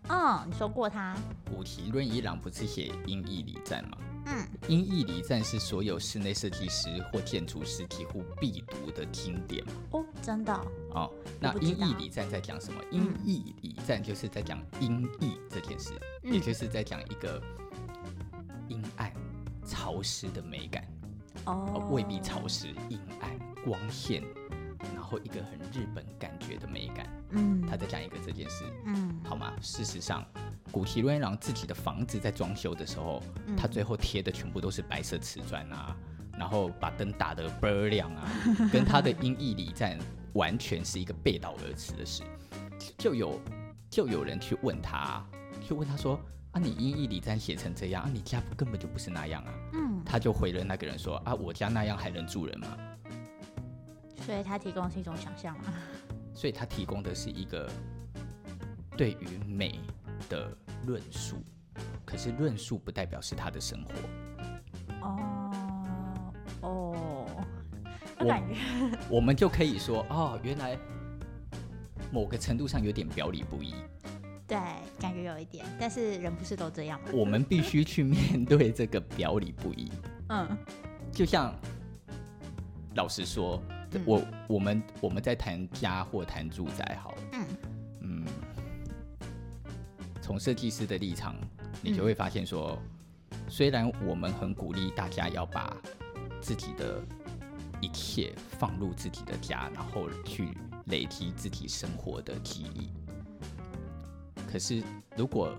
[SPEAKER 2] 嗯，你说过他，
[SPEAKER 1] 武崎润一郎不是写《音译礼赞》吗？
[SPEAKER 2] 嗯
[SPEAKER 1] 音译礼赞是所有室内设计师或建筑师几乎必读的经典嘛
[SPEAKER 2] 哦，真的哦、
[SPEAKER 1] 哦，那
[SPEAKER 2] 我不知
[SPEAKER 1] 音
[SPEAKER 2] 道
[SPEAKER 1] 译礼赞在讲什么？音译礼赞就是在讲音译这件事，
[SPEAKER 2] 嗯
[SPEAKER 1] 也就是在讲一个阴暗、潮湿的美感，呃
[SPEAKER 2] 哦，
[SPEAKER 1] 未必潮湿，阴暗、光线，然后一个很日本感觉的美感，
[SPEAKER 2] 嗯
[SPEAKER 1] 他在讲一个这件事。
[SPEAKER 2] 嗯
[SPEAKER 1] 好吗？事实上，古奇瑞郎自己的房子在装修的时候，
[SPEAKER 2] 嗯
[SPEAKER 1] 他最后贴的全部都是白色瓷砖啊，然后把灯打得倍儿亮啊， 跟他的音译礼赞完全是一个背道而驰的事。就有就有人去问他，去问他说：“啊，你音译礼赞写成这样，啊，你家根本就不是那样啊。”
[SPEAKER 2] 嗯，
[SPEAKER 1] 他就回了那个人说：“啊，我家那样还能住人吗？”
[SPEAKER 2] 所以他提供的是一种想象嘛。
[SPEAKER 1] 所以他提供的是一个对于美的论述，可是论述不代表是他的生活。
[SPEAKER 2] 哦哦，我
[SPEAKER 1] 我
[SPEAKER 2] 感觉
[SPEAKER 1] 我们就可以说，哦，原来某个程度上有点表里不一。
[SPEAKER 2] 对，感觉有一点，但是人不是都这样吗？
[SPEAKER 1] 我们必须去面对这个表里不一。
[SPEAKER 2] 嗯，
[SPEAKER 1] 就像老实说，
[SPEAKER 2] 嗯
[SPEAKER 1] 我我们我们在谈家或谈住宅好了，
[SPEAKER 2] 嗯
[SPEAKER 1] 嗯，从设计师的立场，你就
[SPEAKER 2] 嗯
[SPEAKER 1] 会发现说，虽然我们很鼓励大家要把自己的一切放入自己的家，然后去累积自己生活的记忆，可是如果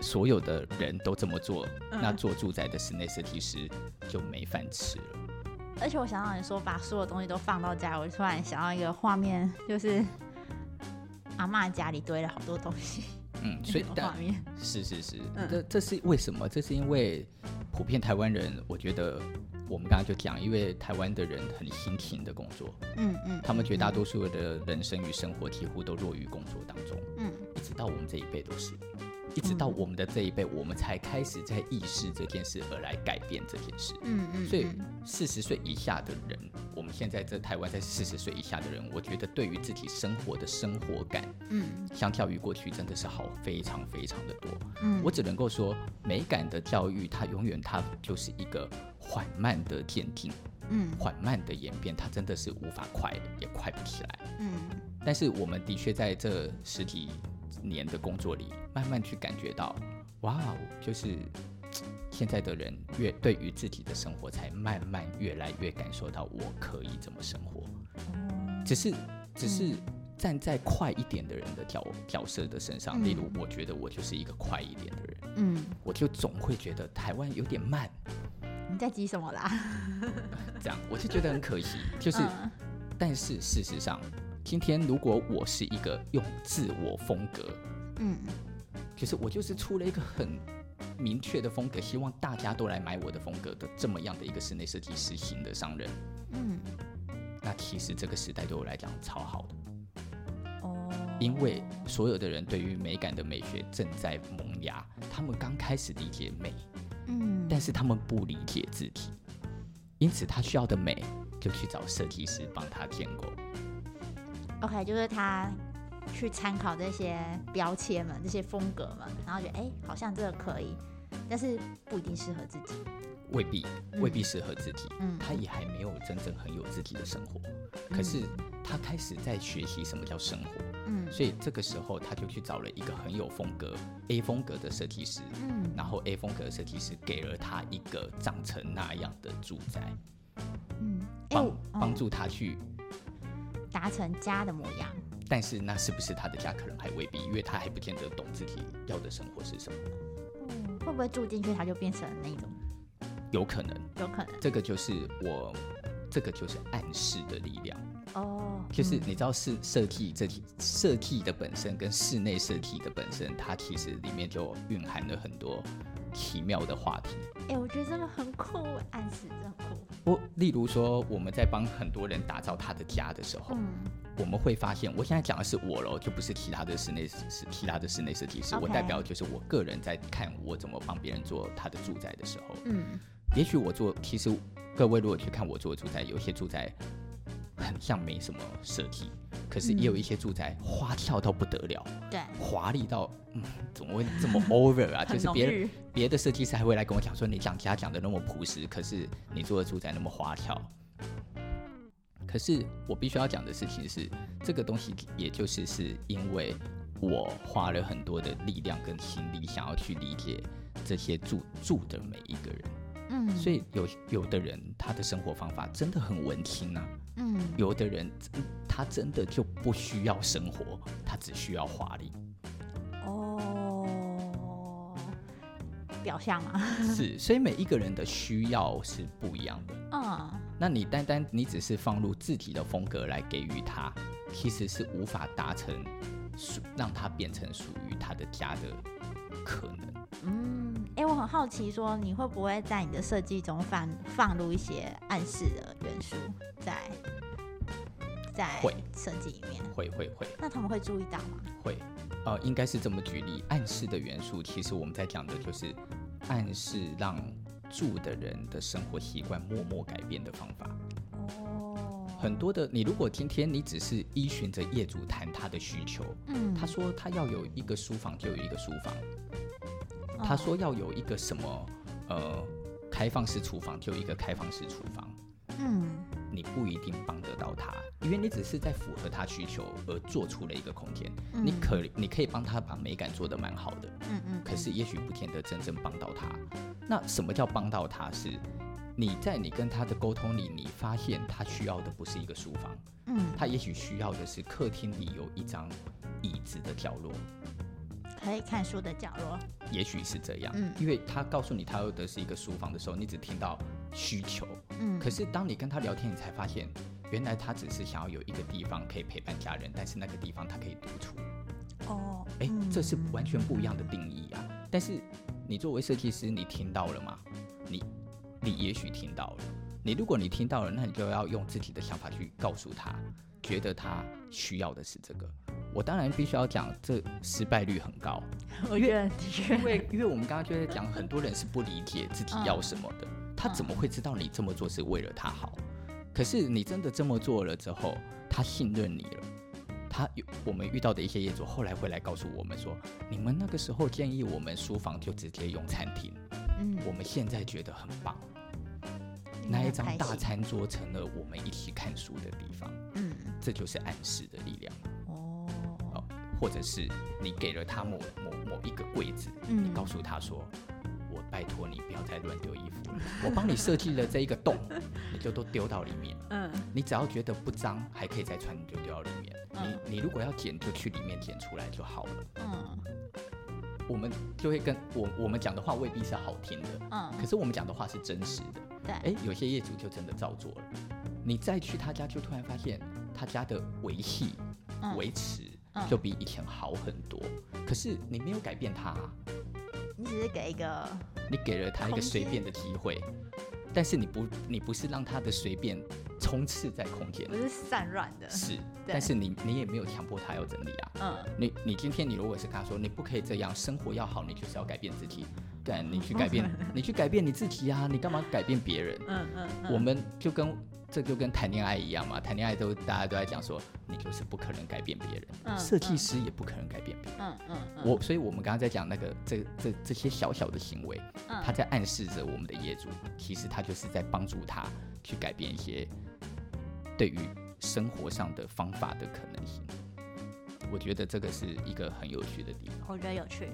[SPEAKER 1] 所有的人都这么做，
[SPEAKER 2] 嗯
[SPEAKER 1] 那做住宅的室内设计师就没饭吃了。
[SPEAKER 2] 而且我想到你说把所有东西都放到家，我突然想到一个画面，就是阿嬷家里堆了好多东西，
[SPEAKER 1] 嗯，所
[SPEAKER 2] 这
[SPEAKER 1] 以
[SPEAKER 2] 种
[SPEAKER 1] 但
[SPEAKER 2] 画面，
[SPEAKER 1] 是是是，
[SPEAKER 2] 嗯
[SPEAKER 1] 这这是为什么？这是因为普遍台湾人，我觉得我们刚刚就讲，因为台湾的人很辛勤的工作，
[SPEAKER 2] 嗯嗯，
[SPEAKER 1] 他们绝大多数的人生与生活几乎都落于工作当中，
[SPEAKER 2] 嗯，
[SPEAKER 1] 一直到我们这一辈都是，一直到我们的这一辈，我们才开始在意识这件事而来改变这件事。
[SPEAKER 2] 嗯嗯，
[SPEAKER 1] 所以
[SPEAKER 2] 嗯
[SPEAKER 1] 四十岁以下的人，我们现在在台湾在四十岁以下的人，我觉得对于自己生活的生活感，
[SPEAKER 2] 嗯
[SPEAKER 1] 相较于过去真的是好非常非常的多。
[SPEAKER 2] 嗯，
[SPEAKER 1] 我只能够说，美感的教育，它永远它就是一个缓慢的渐进，
[SPEAKER 2] 嗯
[SPEAKER 1] 缓慢的演变，它真的是无法快，也快不起来。
[SPEAKER 2] 嗯
[SPEAKER 1] 但是我们的确在这十几年的工作里，慢慢去感觉到，哇哦，就是嘖现在的人越对于自己的生活，才慢慢越来越感受到我可以怎么生活。
[SPEAKER 2] 嗯
[SPEAKER 1] 只是，只是站在快一点的人的角角色的身上，
[SPEAKER 2] 嗯
[SPEAKER 1] 例如，我觉得我就是一个快一点的人。
[SPEAKER 2] 嗯，
[SPEAKER 1] 我就总会觉得台湾有点慢，
[SPEAKER 2] 你在急什么啦？
[SPEAKER 1] 这样我就觉得很可惜。就是，
[SPEAKER 2] 嗯
[SPEAKER 1] 但是事实上，今天如果我是一个用自我风格，
[SPEAKER 2] 嗯
[SPEAKER 1] 就是我就是出了一个很明确的风格，希望大家都来买我的风格的这么样的一个室内设计师型的商人，
[SPEAKER 2] 嗯
[SPEAKER 1] 那其实这个时代对我来讲超好的，
[SPEAKER 2] 哦，
[SPEAKER 1] 因为所有的人对于美感的美学正在萌芽，他们刚开始理解美，
[SPEAKER 2] 嗯，
[SPEAKER 1] 但是他们不理解字体，因此他需要的美就去找设计师帮他建构。
[SPEAKER 2] OK，就是他去参考这些标签们、这些风格们，然后觉得哎、诶好像这个可以，但是不一定适合自己。
[SPEAKER 1] 未必
[SPEAKER 2] 嗯
[SPEAKER 1] 未必适合自己，
[SPEAKER 2] 嗯
[SPEAKER 1] 他也还没有真正很有自己的生活，可是他开始在学习什么叫生活，
[SPEAKER 2] 嗯
[SPEAKER 1] 所以这个时候他就去找了一个很有风格 A 风格的设计师，
[SPEAKER 2] 嗯
[SPEAKER 1] 然后 A 风格的设计师给了他一个长成那样的住宅，
[SPEAKER 2] 哎嗯，哎、
[SPEAKER 1] 帮
[SPEAKER 2] 我
[SPEAKER 1] 帮
[SPEAKER 2] 嗯
[SPEAKER 1] 助他去，
[SPEAKER 2] 达成家的模样。
[SPEAKER 1] 但是那是不是他的家可能还未必，因为他还不见得懂自己要的生活是什么，
[SPEAKER 2] 嗯，会不会住进去它就变成那种？
[SPEAKER 1] 有可能。
[SPEAKER 2] 有可能
[SPEAKER 1] 这个就是我，这个就是暗示的力量。
[SPEAKER 2] 哦，
[SPEAKER 1] 就是你知道是设计这设计的本身跟室内设计的本身，它其实里面就蕴含了很多奇妙的话题。
[SPEAKER 2] 哎、诶我觉得这个很酷，暗示真的很酷。
[SPEAKER 1] 我例如说，我们在帮很多人打造他的家的时候，
[SPEAKER 2] 嗯
[SPEAKER 1] 我们会发现，我现在讲的是我喽，就不是其他的室内是其他的室内设计师。
[SPEAKER 2] OK
[SPEAKER 1] 我代表就是我个人在看我怎么帮别人做他的住宅的时候，
[SPEAKER 2] 嗯
[SPEAKER 1] 也许我做，其实各位如果去看我做的住宅，有一些住宅很像没什么设计，可是也有一些住宅花俏到不得了，
[SPEAKER 2] 对，
[SPEAKER 1] 华丽到嗯，怎么会这 么 over 啊？
[SPEAKER 2] 很
[SPEAKER 1] 就是
[SPEAKER 2] 浓
[SPEAKER 1] 别
[SPEAKER 2] 郁
[SPEAKER 1] 人别的设计师还会来跟我讲说，你讲家讲的那么朴实，可是你做的住宅那么花俏。可是我必须要讲的事情是，这个东西也就是是因为我花了很多的力量跟心力，想要去理解这些住住的每一个人。
[SPEAKER 2] 嗯，
[SPEAKER 1] 所
[SPEAKER 2] 以
[SPEAKER 1] 以有有的人他的生活方法真的很文青啊，
[SPEAKER 2] 嗯
[SPEAKER 1] 有的人嗯他真的就不需要生活，他只需要华丽。
[SPEAKER 2] 哦， 表象啊嘛，
[SPEAKER 1] 是，所以每一个人的需要是不一样的。
[SPEAKER 2] 嗯。
[SPEAKER 1] 那你单单你只是放入自己的风格来给予他，其实是无法达成属让他变成属于他的家的可能。
[SPEAKER 2] 嗯，哎、我很好奇，说你会不会在你的设计中放放入一些暗示的元素在在
[SPEAKER 1] 会
[SPEAKER 2] 设计里面？
[SPEAKER 1] 会会会
[SPEAKER 2] 那他们会注意到吗？
[SPEAKER 1] 会，呃，应该是这么举例。暗示的元素，其实我们在讲的就是暗示让住的人的生活习惯默默改变的方法。
[SPEAKER 2] 哦，
[SPEAKER 1] 很多的，你如果今天你只是依循着业主谈他的需求，
[SPEAKER 2] 嗯，
[SPEAKER 1] 他说他要有一个书房就有一个书房，他
[SPEAKER 2] 哦
[SPEAKER 1] 说要有一个什么呃开放式厨房就有一个开放式厨房，
[SPEAKER 2] 嗯
[SPEAKER 1] 你不一定帮得到他，因为你只是在符合他需求而做出了一个空间，
[SPEAKER 2] 嗯
[SPEAKER 1] 你可你可以帮他把美感做得蛮好的，
[SPEAKER 2] 嗯嗯，
[SPEAKER 1] 可是也许不见得真正帮到他。那什么叫帮到他是？你在你跟他的沟通里，你发现他需要的不是一个书房，
[SPEAKER 2] 嗯
[SPEAKER 1] 他也许需要的是客厅里有一张椅子的角落，
[SPEAKER 2] 可以看书的角落，
[SPEAKER 1] 也许是这样。
[SPEAKER 2] 嗯
[SPEAKER 1] 因为他告诉你他要的是一个书房的时候，你只听到需求，
[SPEAKER 2] 嗯
[SPEAKER 1] 可是当你跟他聊天，你才发现，原来他只是想要有一个地方可以陪伴家人，但是那个地方他可以独处。
[SPEAKER 2] 哦，
[SPEAKER 1] 哎，这是
[SPEAKER 2] 嗯
[SPEAKER 1] 完全不一样的定义啊！但是你作为设计师，你听到了吗？你你也许听到了。你如果你听到了，那你就要用自己的想法去告诉他，觉得他需要的是这个。我当然必须要讲，这失败率很高，
[SPEAKER 2] 我觉得的确
[SPEAKER 1] 因为因为我们刚刚就在讲，很多人是不理解自己
[SPEAKER 2] 嗯
[SPEAKER 1] 要什么的，他怎么会知道你这么做是为了他好？可是你真的这么做了之后，他信任你了。他有我们遇到的一些业主，后来回来告诉我们说，你们那个时候建议我们书房就直接用餐厅，
[SPEAKER 2] 嗯
[SPEAKER 1] 我们现在觉得很棒，
[SPEAKER 2] 应该
[SPEAKER 1] 那一
[SPEAKER 2] 嗯很
[SPEAKER 1] 张
[SPEAKER 2] 开
[SPEAKER 1] 大
[SPEAKER 2] 心
[SPEAKER 1] 餐桌成了我们一起看书的地方，
[SPEAKER 2] 嗯
[SPEAKER 1] 这就是暗示的力量
[SPEAKER 2] 哦
[SPEAKER 1] 哦，或者是你给了他某某某一个柜子，
[SPEAKER 2] 嗯
[SPEAKER 1] 告诉他说：“我拜托你不要再乱丢衣服了，我帮你设计了这一个洞，你就都丢到里面。
[SPEAKER 2] 嗯
[SPEAKER 1] 你只要觉得不脏，还可以再穿，你就丢到里面。
[SPEAKER 2] 嗯
[SPEAKER 1] 你你如果要剪，就去里面剪出来就好了。
[SPEAKER 2] 嗯
[SPEAKER 1] 我们就会跟我我们讲的话未必是好听的，可
[SPEAKER 2] 嗯，
[SPEAKER 1] 是我哎们讲的话是真实的。
[SPEAKER 2] 对，
[SPEAKER 1] 诶，有些业主就真的照做了。你再去他家，就突然发现他家的维系
[SPEAKER 2] 嗯
[SPEAKER 1] 维持
[SPEAKER 2] 嗯
[SPEAKER 1] 就比以前好很多。可是你没有改变他、啊。”
[SPEAKER 2] 你只是给一个
[SPEAKER 1] 你给了他一
[SPEAKER 2] 空
[SPEAKER 1] 个随
[SPEAKER 2] 间
[SPEAKER 1] 便的机会，但是你不，你不是让他的随便充斥在空间
[SPEAKER 2] 不，是散乱的，
[SPEAKER 1] 是，但是你你也没有强迫他要整理啊。
[SPEAKER 2] 嗯
[SPEAKER 1] 你你今天你如果是跟他说你不可以这样，生活要好，你就是要改变自己，对，你去改 变，你去改变你自己啊，你干嘛改变别人？
[SPEAKER 2] 嗯嗯嗯，
[SPEAKER 1] 我们就跟这就跟谈恋爱一样嘛，谈恋爱都大家都在讲说你就是不可能改变别
[SPEAKER 2] 嗯
[SPEAKER 1] 人，设计
[SPEAKER 2] 嗯
[SPEAKER 1] 师也不可能改变别人。
[SPEAKER 2] 嗯嗯嗯，
[SPEAKER 1] 我，所以我们刚刚在讲那个这这这些小小的行为，
[SPEAKER 2] 嗯
[SPEAKER 1] 他在暗示着我们的业主，其实他就是在帮助他去改变一些对于生活上的方法的可能性。我觉得这个是一个很有趣的地方。
[SPEAKER 2] 我觉得有趣，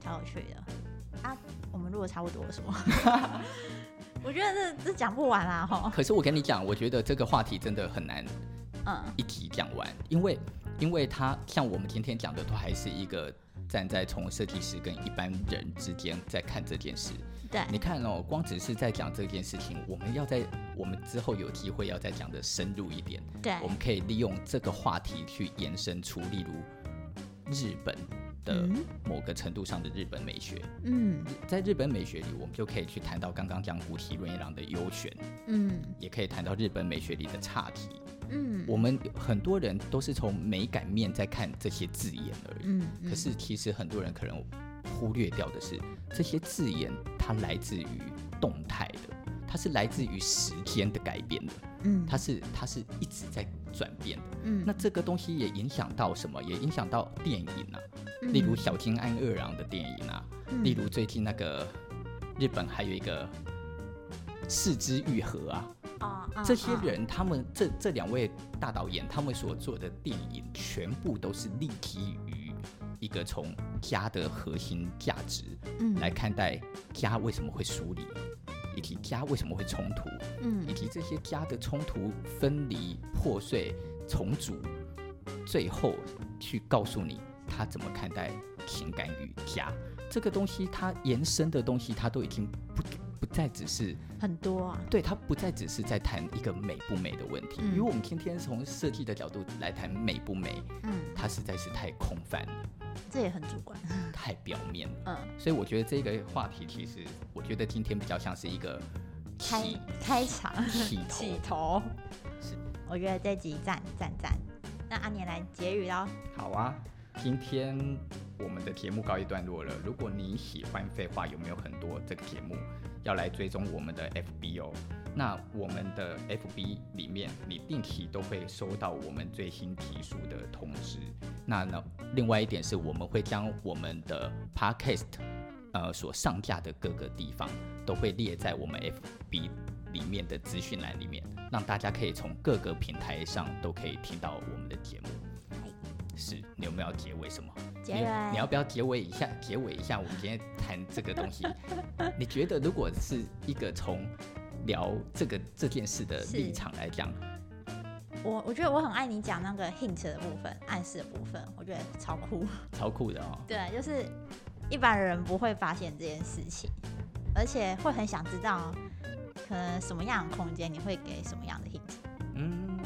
[SPEAKER 2] 超有趣的啊！我们录的差不多了，是 吗？我觉得这这讲不完啦，吼，
[SPEAKER 1] 可是我跟你讲，我觉得这个话题真的很难
[SPEAKER 2] 嗯
[SPEAKER 1] 一集讲完，因为因为它像我们今天讲的，都还是一个站在从设计师跟一般人之间在看这件事。
[SPEAKER 2] 对，
[SPEAKER 1] 你看哦，光只是在讲这件事情，我们要在我们之后有机会要再讲的深入一点，
[SPEAKER 2] 对
[SPEAKER 1] 我，们可以利用这个话题去延伸出，例如日本的
[SPEAKER 2] 嗯
[SPEAKER 1] 某个程度上的日本美学。
[SPEAKER 2] 嗯
[SPEAKER 1] 在日本美学里，我们就可以去谈到刚刚讲古崎润一郎的优选，
[SPEAKER 2] 嗯
[SPEAKER 1] 也可以谈到日本美学里的差题。
[SPEAKER 2] 嗯
[SPEAKER 1] 我们很多人都是从美感面在看这些字眼而已。
[SPEAKER 2] 嗯嗯
[SPEAKER 1] 可是其实很多人可能忽略掉的是，这些字眼它来自于动态的，它是来自于时间的改变的，
[SPEAKER 2] 嗯
[SPEAKER 1] 它是它是一直在转变的。
[SPEAKER 2] 嗯
[SPEAKER 1] 那这个东西也影响到什么？也影响到电影啊，
[SPEAKER 2] 嗯
[SPEAKER 1] 例如小津安二郎的电影啊，例如最近那个日本还有一个四肢愈合啊，
[SPEAKER 2] 啊啊
[SPEAKER 1] 这些
[SPEAKER 2] 啊
[SPEAKER 1] 人，他们这这两位大导演，他们所做的电影全部都是立基于一个从家的核心价值
[SPEAKER 2] 嗯
[SPEAKER 1] 来看待家为什么会疏离，以及家为什么会冲突，
[SPEAKER 2] 嗯
[SPEAKER 1] 以及这些家的冲突、分离、破碎、重组，最后去告诉你他怎么看待情感与家这个东西，它延伸的东西，它都已经不不再只是。
[SPEAKER 2] 很多啊，
[SPEAKER 1] 对，它不再只是在谈一个美不美的问题，
[SPEAKER 2] 嗯
[SPEAKER 1] 因为我们今天从设计的角度来谈美不美，
[SPEAKER 2] 嗯，
[SPEAKER 1] 它实在是太空泛了，
[SPEAKER 2] 这也很主 观，
[SPEAKER 1] 太表面了。
[SPEAKER 2] 嗯，
[SPEAKER 1] 所以我觉得这个话题其实，我觉得今天比较像是一个
[SPEAKER 2] 开
[SPEAKER 1] 起
[SPEAKER 2] 开场
[SPEAKER 1] 起头
[SPEAKER 2] 起头
[SPEAKER 1] 是，
[SPEAKER 2] 我觉得这集赞赞赞，那阿年来结语喽，
[SPEAKER 1] 好啊，今天我们的节目告一段落了。如果你喜欢《废话有没有很多》这个节目，要来追踪我们的 FB 哦。那我们的 FB 里面，你定期都会收到我们最新提速的通知。那呢，另外一点是我们会将我们的 Podcast 呃所上架的各个地方都会列在我们 FB 里面的资讯栏里面，让大家可以从各个平台上都可以听到我们的节目。是，你有没有要结尾什么？
[SPEAKER 2] 结
[SPEAKER 1] 你
[SPEAKER 2] 尾
[SPEAKER 1] 你要不要结尾一下？结尾一下，我们今天谈这个东 西，你觉得如果是一个从聊这个这件事的
[SPEAKER 2] 是
[SPEAKER 1] 立场来讲，
[SPEAKER 2] 我我觉得我很爱你讲那个 hint 的部分，暗示的部分，我觉得超 酷。
[SPEAKER 1] 超酷的哦。
[SPEAKER 2] 对，就是一般人不会发现这件事情，而且会很想知道，可能什么样的空间你会给什么样的 hint。
[SPEAKER 1] 嗯，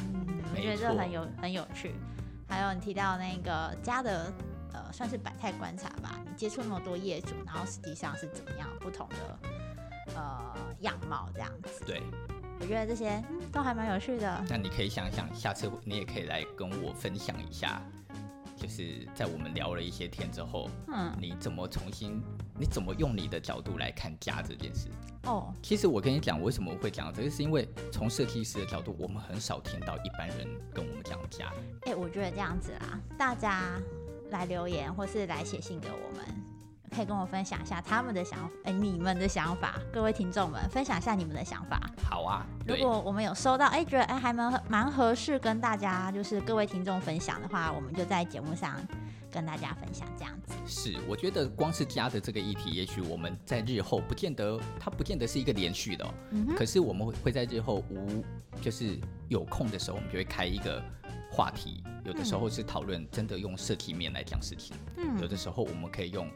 [SPEAKER 2] 我觉
[SPEAKER 1] 没
[SPEAKER 2] 得
[SPEAKER 1] 错
[SPEAKER 2] 这，很有很有趣。还有你提到那个家的呃，算是百态观察吧，你接触那么多业主，然后实际上是怎么样不同的呃样貌这样子。
[SPEAKER 1] 对。
[SPEAKER 2] 我觉得这些、嗯都还蛮有趣的。
[SPEAKER 1] 那你可以想想，下次你也可以来跟我分享一下，就是在我们聊了一些天之后，
[SPEAKER 2] 嗯，
[SPEAKER 1] 你怎么重新，你怎么用你的角度来看家这件事。
[SPEAKER 2] 哦，
[SPEAKER 1] 其实我跟你讲，为什么我会讲到这个，是因为从设计师的角度，我们很少听到一般人跟我们讲家。
[SPEAKER 2] 哎、我觉得这样子啦，大家来留言或是来写信给我们，可以跟我分享一下他们的想，哎、你们的想法，各位听众们分享一下你们的想法。
[SPEAKER 1] 好啊，
[SPEAKER 2] 如
[SPEAKER 1] 对，
[SPEAKER 2] 果我们有收到，哎、觉得哎、还蛮蛮合适跟大家就是各位听众分享的话，我们就在节目上跟大家分享这样子。
[SPEAKER 1] 是，我觉得光是家的这个议题，也许我们在日后不见得，它不见得是一个连续的哦、
[SPEAKER 2] 嗯哼，
[SPEAKER 1] 可是我们会会在日后无就是有空的时候，我们就会开一个话题，有的时候是讨论真的用设计面来讲事情，有
[SPEAKER 2] 嗯，
[SPEAKER 1] 的时候我们可以用，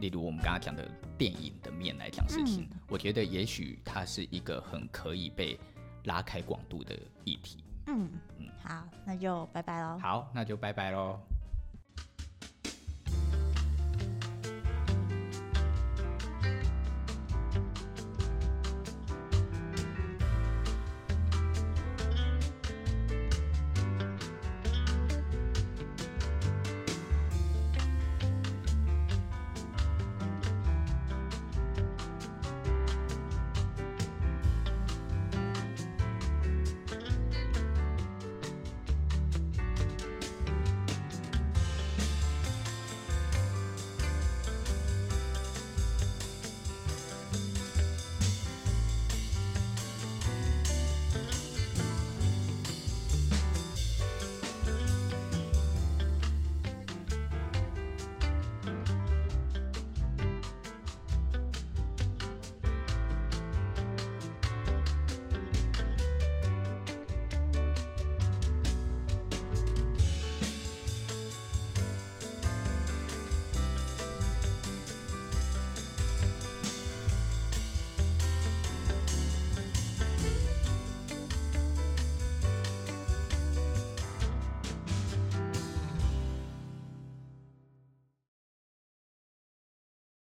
[SPEAKER 1] 例如我们刚刚讲的电影的面来讲事情，我觉得也许它是一个很可以被拉开广度的议题。
[SPEAKER 2] 嗯嗯，好，那就拜拜喽。
[SPEAKER 1] 好，那就拜拜喽。